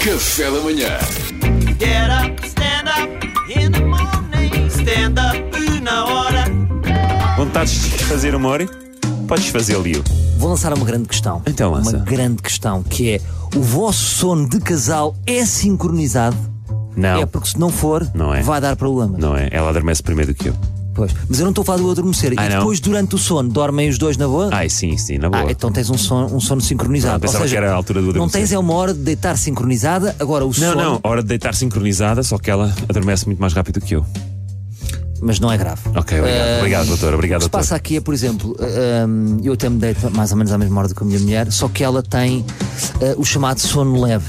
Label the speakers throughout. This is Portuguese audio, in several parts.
Speaker 1: Café da manhã.
Speaker 2: Get up, stand up in the morning. Stand up na hora.
Speaker 3: Vontades de fazer humor? Podes fazer, Lio.
Speaker 4: Vou lançar uma grande questão.
Speaker 3: Então lança.
Speaker 4: Uma grande questão que é: o vosso sono de casal é sincronizado?
Speaker 3: Não.
Speaker 4: É porque se não for,
Speaker 3: Não é.
Speaker 4: vai dar problema.
Speaker 3: Não é? Ela adormece primeiro do que eu.
Speaker 4: Pois. Mas eu não estou a falar do adormecer.
Speaker 3: Ah,
Speaker 4: e
Speaker 3: não?
Speaker 4: depois, durante o sono, dormem os dois na boa?
Speaker 3: Ai, sim, sim, na boa.
Speaker 4: Ah, então tens um sono, um sono sincronizado.
Speaker 3: Ah, pensava
Speaker 4: Ou seja,
Speaker 3: que era a altura do
Speaker 4: Não
Speaker 3: adormecer.
Speaker 4: tens é uma hora de deitar sincronizada, agora o
Speaker 3: Não,
Speaker 4: sono.
Speaker 3: não, hora de deitar sincronizada, só que ela adormece muito mais rápido que eu. Eh,
Speaker 4: Mas não é grave.
Speaker 3: Ok, obrigado.
Speaker 4: Ah,
Speaker 3: obrigado, doutor. Obrigado,
Speaker 4: O que se
Speaker 3: doutor.
Speaker 4: passa aqui é, por exemplo, ah, hum, eu até me deito mais ou menos à mesma hora do que a minha mulher, só que ela tem ah, o chamado sono leve.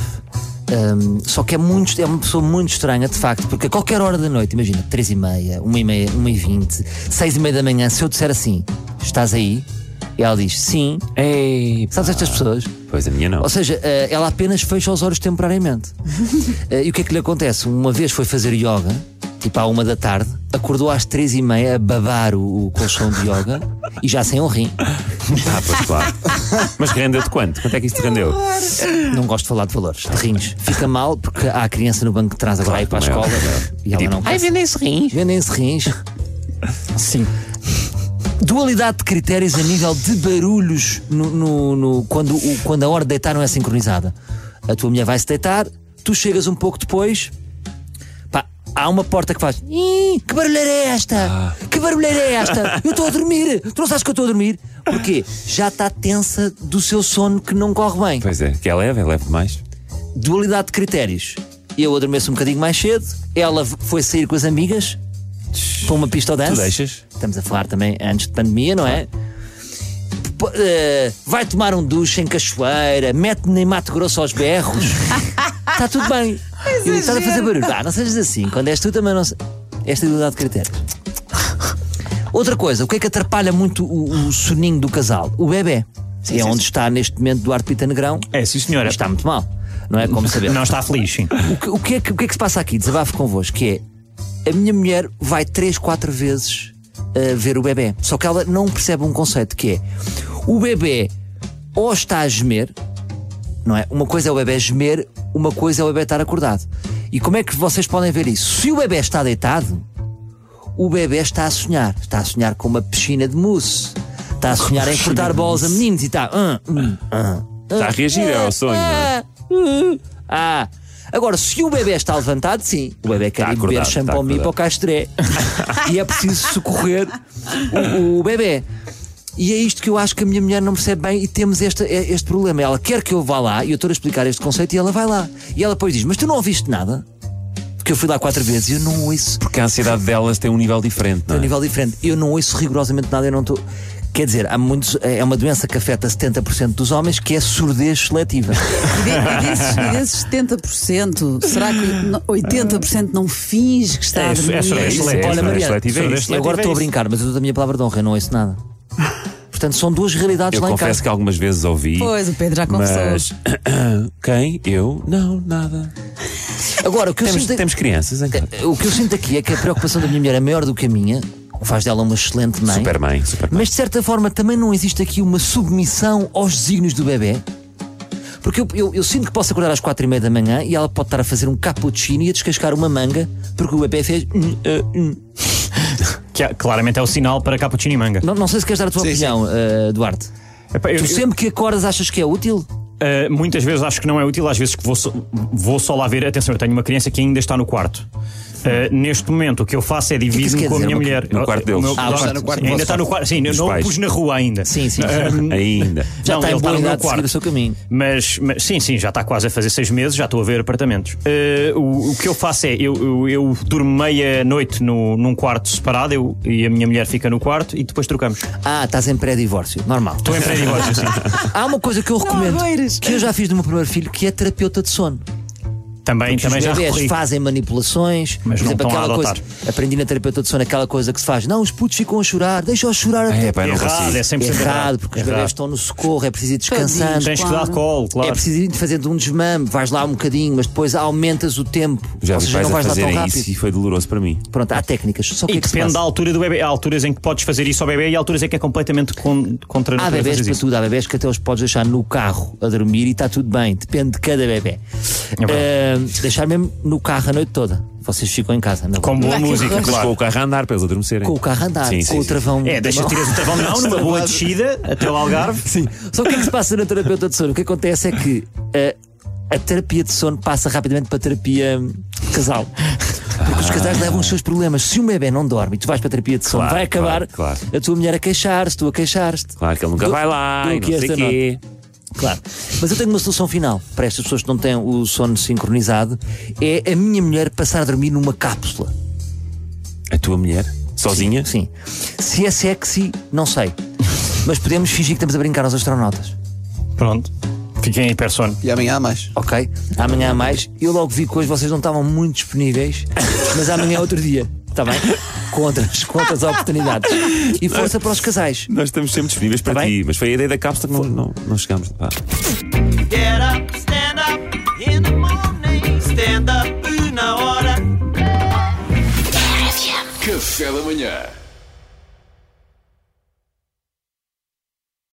Speaker 4: Hum, só que é, muito, é uma pessoa muito estranha, de facto, porque a qualquer hora da noite, imagina, 3 e meia, 1 e meia, 1 e 20, 6 e meia da manhã, se eu disser assim, estás aí? E ela diz, sim.
Speaker 3: Ei,
Speaker 4: Sabes estas pessoas?
Speaker 3: Pois a minha não.
Speaker 4: Ou seja, eh, ela apenas fecha os olhos temporariamente. Eh, E o que é que lhe acontece? Uma vez foi fazer yoga, tipo à uma da tarde, acordou às três e meia a babar o, o colchão de yoga e já sem um rim.
Speaker 3: Ah, pois claro. Mas rendeu-te quanto? Quanto é que isso te rendeu?
Speaker 4: Não gosto de falar de valores, de rins. Fica mal porque há a criança no banco que traz agora aí para a
Speaker 3: como é
Speaker 4: escola e ela não quer.
Speaker 3: vendem-se rins.
Speaker 4: Vendem-se rins. Sim. Dualidade de critérios a nível de barulhos no, no- no- quando, o- quando a hora de deitar não é sincronizada. A tua mulher vai-se deitar, tu chegas um pouco depois, pá, há uma porta que faz. "Ih, Que barulheira é esta? Que barulheira é esta? Eu estou a dormir! Tu não sabes que eu estou a dormir? Porquê? Já está tensa do seu sono que não corre bem.
Speaker 3: Pois é, que é leve, é leve demais.
Speaker 4: Dualidade de critérios. Eu adormeço um bocadinho mais cedo, ela v- foi sair com as amigas para uma pista ao dance.
Speaker 3: Tu deixas?
Speaker 4: Estamos a falar também antes de pandemia, não é? P- eh, vai tomar um duche em cachoeira, mete-me em mato grosso aos berros. Está tudo bem. Eu digo, Estás a fazer barulho. Ah, não sejas assim. Quando és tu também não. se- Esta é a dualidade de critérios. Outra coisa, o que é que atrapalha muito o, o soninho do casal? O bebê. é onde está neste momento Duarte Pita Negrão.
Speaker 5: É, sim, senhora.
Speaker 4: Mas está muito mal. Não é como saber.
Speaker 5: Não está feliz, sim.
Speaker 4: O, que, o que é que, o que é que se passa aqui? Desabafo convosco, que é a minha mulher vai 3, 4 vezes a ver o bebê. Só que ela não percebe um conceito que é o bebê ou está a gemer, não é? Uma coisa é o bebê gemer, uma coisa é o bebê estar acordado. E como é que vocês podem ver isso? Se o bebê está deitado, o bebê está a sonhar. Está a sonhar com uma piscina de mousse. Está a sonhar em cortar bolas a meninos e está. "Hum, hum, hum,
Speaker 3: Está a reagir ao sonho. não é?
Speaker 4: ah, uh, ah. Agora, se o bebê está levantado, sim. O bebê quer
Speaker 3: Está
Speaker 4: ir beber
Speaker 3: acordado, está
Speaker 4: champomi para o
Speaker 3: acordado.
Speaker 4: castré. e é preciso socorrer o, o bebê. E é isto que eu acho que a minha mulher não percebe bem e temos este, é- este problema. Ela quer que eu vá lá e eu estou a explicar este conceito e ela vai lá. E ela depois diz: Mas tu não ouviste nada? Porque eu fui lá quatro vezes e eu não ouço.
Speaker 3: Porque a ansiedade delas tem um nível diferente, não
Speaker 4: É
Speaker 3: é?
Speaker 4: um nível diferente. Eu não ouço rigorosamente nada, eu não estou. Quer dizer, há muitos, é uma doença que afeta 70% dos homens, que é surdez seletiva.
Speaker 6: E de- e desses, e desses 70%, será que no- 80% não finge que está a
Speaker 5: É,
Speaker 6: dormir?
Speaker 5: é só
Speaker 3: É isso,
Speaker 5: Olha,
Speaker 3: é
Speaker 5: Mariana,
Speaker 3: isso, é seletivo, é
Speaker 5: surdez
Speaker 3: isso.
Speaker 4: Eu agora estou a brincar, mas eu dou a minha palavra de honra, eu não ouço nada. Portanto, são duas realidades
Speaker 3: Eu
Speaker 4: lá em
Speaker 3: confesso
Speaker 4: casa.
Speaker 3: que algumas vezes ouvi.
Speaker 6: Pois, o Pedro já confessou.
Speaker 3: Mas quem? Eu? Não, nada.
Speaker 4: Agora, o que, eu
Speaker 3: Temos,
Speaker 4: sinto, é
Speaker 3: temos crianças em casa.
Speaker 4: o que eu sinto aqui é que a preocupação da minha mulher é maior do que a minha, o que faz dela é uma excelente mãe.
Speaker 3: Superman, Superman.
Speaker 4: Mas de certa forma também não existe aqui uma submissão aos desígnios do bebê. Porque eu, eu- eu sinto que posso acordar às quatro e meia da manhã e ela pode estar a fazer um cappuccino e a descascar uma manga porque o bebê fez. "Hum, ah, hum".
Speaker 5: Que é- claramente é o sinal para cappuccino e manga.
Speaker 4: Não, não sei se queres dar a tua opinião, eh, Duarte.
Speaker 5: Epá, eu-
Speaker 4: Tu sempre que acordas achas que é útil?
Speaker 5: Uh, muitas vezes acho que não é útil, às vezes que vou só, vou só lá ver. Atenção, eu tenho uma criança que ainda está no quarto. Uh, neste momento, o que eu faço é
Speaker 4: isso
Speaker 5: divido-me
Speaker 4: quer
Speaker 5: com a
Speaker 4: dizer?
Speaker 5: minha
Speaker 4: No-
Speaker 5: mulher.
Speaker 3: no quarto
Speaker 5: O
Speaker 3: deles.
Speaker 5: meu-
Speaker 4: Ah,
Speaker 5: não,
Speaker 4: está no
Speaker 5: sim,
Speaker 4: quarto do
Speaker 5: Ainda
Speaker 4: vosso
Speaker 5: está no quarto, sim, eu
Speaker 3: Dos
Speaker 5: não o
Speaker 3: pais.
Speaker 5: pus na rua ainda.
Speaker 4: Sim, sim.
Speaker 3: Ainda.
Speaker 4: Já
Speaker 5: Não,
Speaker 4: está em
Speaker 5: ele está no
Speaker 4: boa
Speaker 5: meu
Speaker 4: idade de seguir
Speaker 5: quarto.
Speaker 4: o seu caminho.
Speaker 5: Mas, mas- sim, sim, já está quase a fazer seis meses, já estou a ver apartamentos. Eh, o, o que eu faço é, eu, eu, eu durmo meia-noite no, num quarto separado eu, e a minha mulher fica no quarto e depois trocamos. Estou
Speaker 4: Ah, estás em pré-divórcio, normal.
Speaker 5: em pré-divórcio, sim.
Speaker 4: Há uma coisa que eu recomendo
Speaker 6: adoires.
Speaker 4: que eu já fiz do meu primeiro filho que é terapeuta de sono.
Speaker 5: Também,
Speaker 4: Porque
Speaker 5: também
Speaker 4: os
Speaker 5: já
Speaker 4: bebés
Speaker 5: recorri.
Speaker 4: fazem manipulações,
Speaker 5: Mas
Speaker 4: por
Speaker 5: não
Speaker 4: exemplo,
Speaker 5: estão a
Speaker 4: aquela coisa.
Speaker 5: adotar.
Speaker 4: Aprendi na terapeuta de sono aquela coisa que se faz: não, os putos ficam a chorar, deixa-os chorar até.
Speaker 1: É, pá, eu não
Speaker 5: Errado,
Speaker 1: consigo.
Speaker 5: é 100%
Speaker 4: errado, porque os
Speaker 5: Errado.
Speaker 4: bebés estão no socorro, é preciso ir descansando.
Speaker 5: Tens que
Speaker 6: Claro.
Speaker 5: dar colo, claro.
Speaker 4: É preciso ir fazendo um desmame, vais lá um bocadinho, mas depois aumentas o tempo.
Speaker 1: Já
Speaker 4: Ou
Speaker 1: vi
Speaker 4: seja, não
Speaker 1: pais a
Speaker 4: vais lá tão
Speaker 1: fazerem
Speaker 4: rápido.
Speaker 1: isso e foi doloroso para mim.
Speaker 4: Pronto, há técnicas. Só que
Speaker 5: E
Speaker 4: é que se
Speaker 5: depende da
Speaker 4: passa?
Speaker 5: altura do bebê. Há alturas em que podes fazer isso ao bebê e há alturas em que é completamente con contra
Speaker 4: Há bebés para tudo, há bebés que até os podes deixar no carro a dormir e está tudo bem, depende de cada bebé.
Speaker 1: É
Speaker 4: Ah, deixar mesmo no carro a noite toda. Vocês ficam em casa, não
Speaker 5: Com boa
Speaker 6: Vai que
Speaker 5: música,
Speaker 6: horror.
Speaker 1: Mas com
Speaker 5: claro.
Speaker 1: o carro a andar para eles adormecerem.
Speaker 4: Com o carro a andar,
Speaker 1: Sim,
Speaker 4: com
Speaker 1: sim,
Speaker 4: o
Speaker 1: sim.
Speaker 4: travão.
Speaker 5: É, deixa
Speaker 4: na mão.
Speaker 5: tiras o travão, não, numa boa descida até o Algarve.
Speaker 4: Sim. Só que o que é que se passa na terapeuta de sono? O que acontece é que ah, a terapia de sono passa rapidamente para a terapia hum, casal. Porque os casais levam os seus problemas. Se o bebê não dorme e tu vais para a terapia de sono,
Speaker 1: Ah. Claro,
Speaker 4: vai acabar
Speaker 1: claro,
Speaker 4: a tua mulher a queixar-se, tu a queixar-te.
Speaker 1: Claro que ele nunca
Speaker 4: Do-
Speaker 1: vai lá
Speaker 4: do
Speaker 1: e
Speaker 4: que
Speaker 1: não sei
Speaker 4: esta
Speaker 1: quê.
Speaker 4: Claro. Mas eu tenho uma solução final para estas pessoas que não têm o sono sincronizado: é a minha mulher passar a dormir numa cápsula.
Speaker 1: A tua mulher? Sozinha?
Speaker 4: Sim. Se é sexy, não sei. Mas podemos fingir que estamos a brincar aos astronautas.
Speaker 5: Pronto. Fiquem em persona.
Speaker 7: E amanhã há mais.
Speaker 4: Ok? Amanhã há mais. Eu logo vi que hoje vocês não estavam muito disponíveis, mas amanhã é outro dia. Está bem? Com outras, com outras oportunidades. E força para os casais.
Speaker 1: Nós estamos sempre disponíveis para
Speaker 4: bem?
Speaker 1: ti, mas foi a ideia da cápsula que não, não, não chegámos. Pá.
Speaker 2: Get up, stand up in the morning. Stand up, una hora.
Speaker 8: Café da manhã.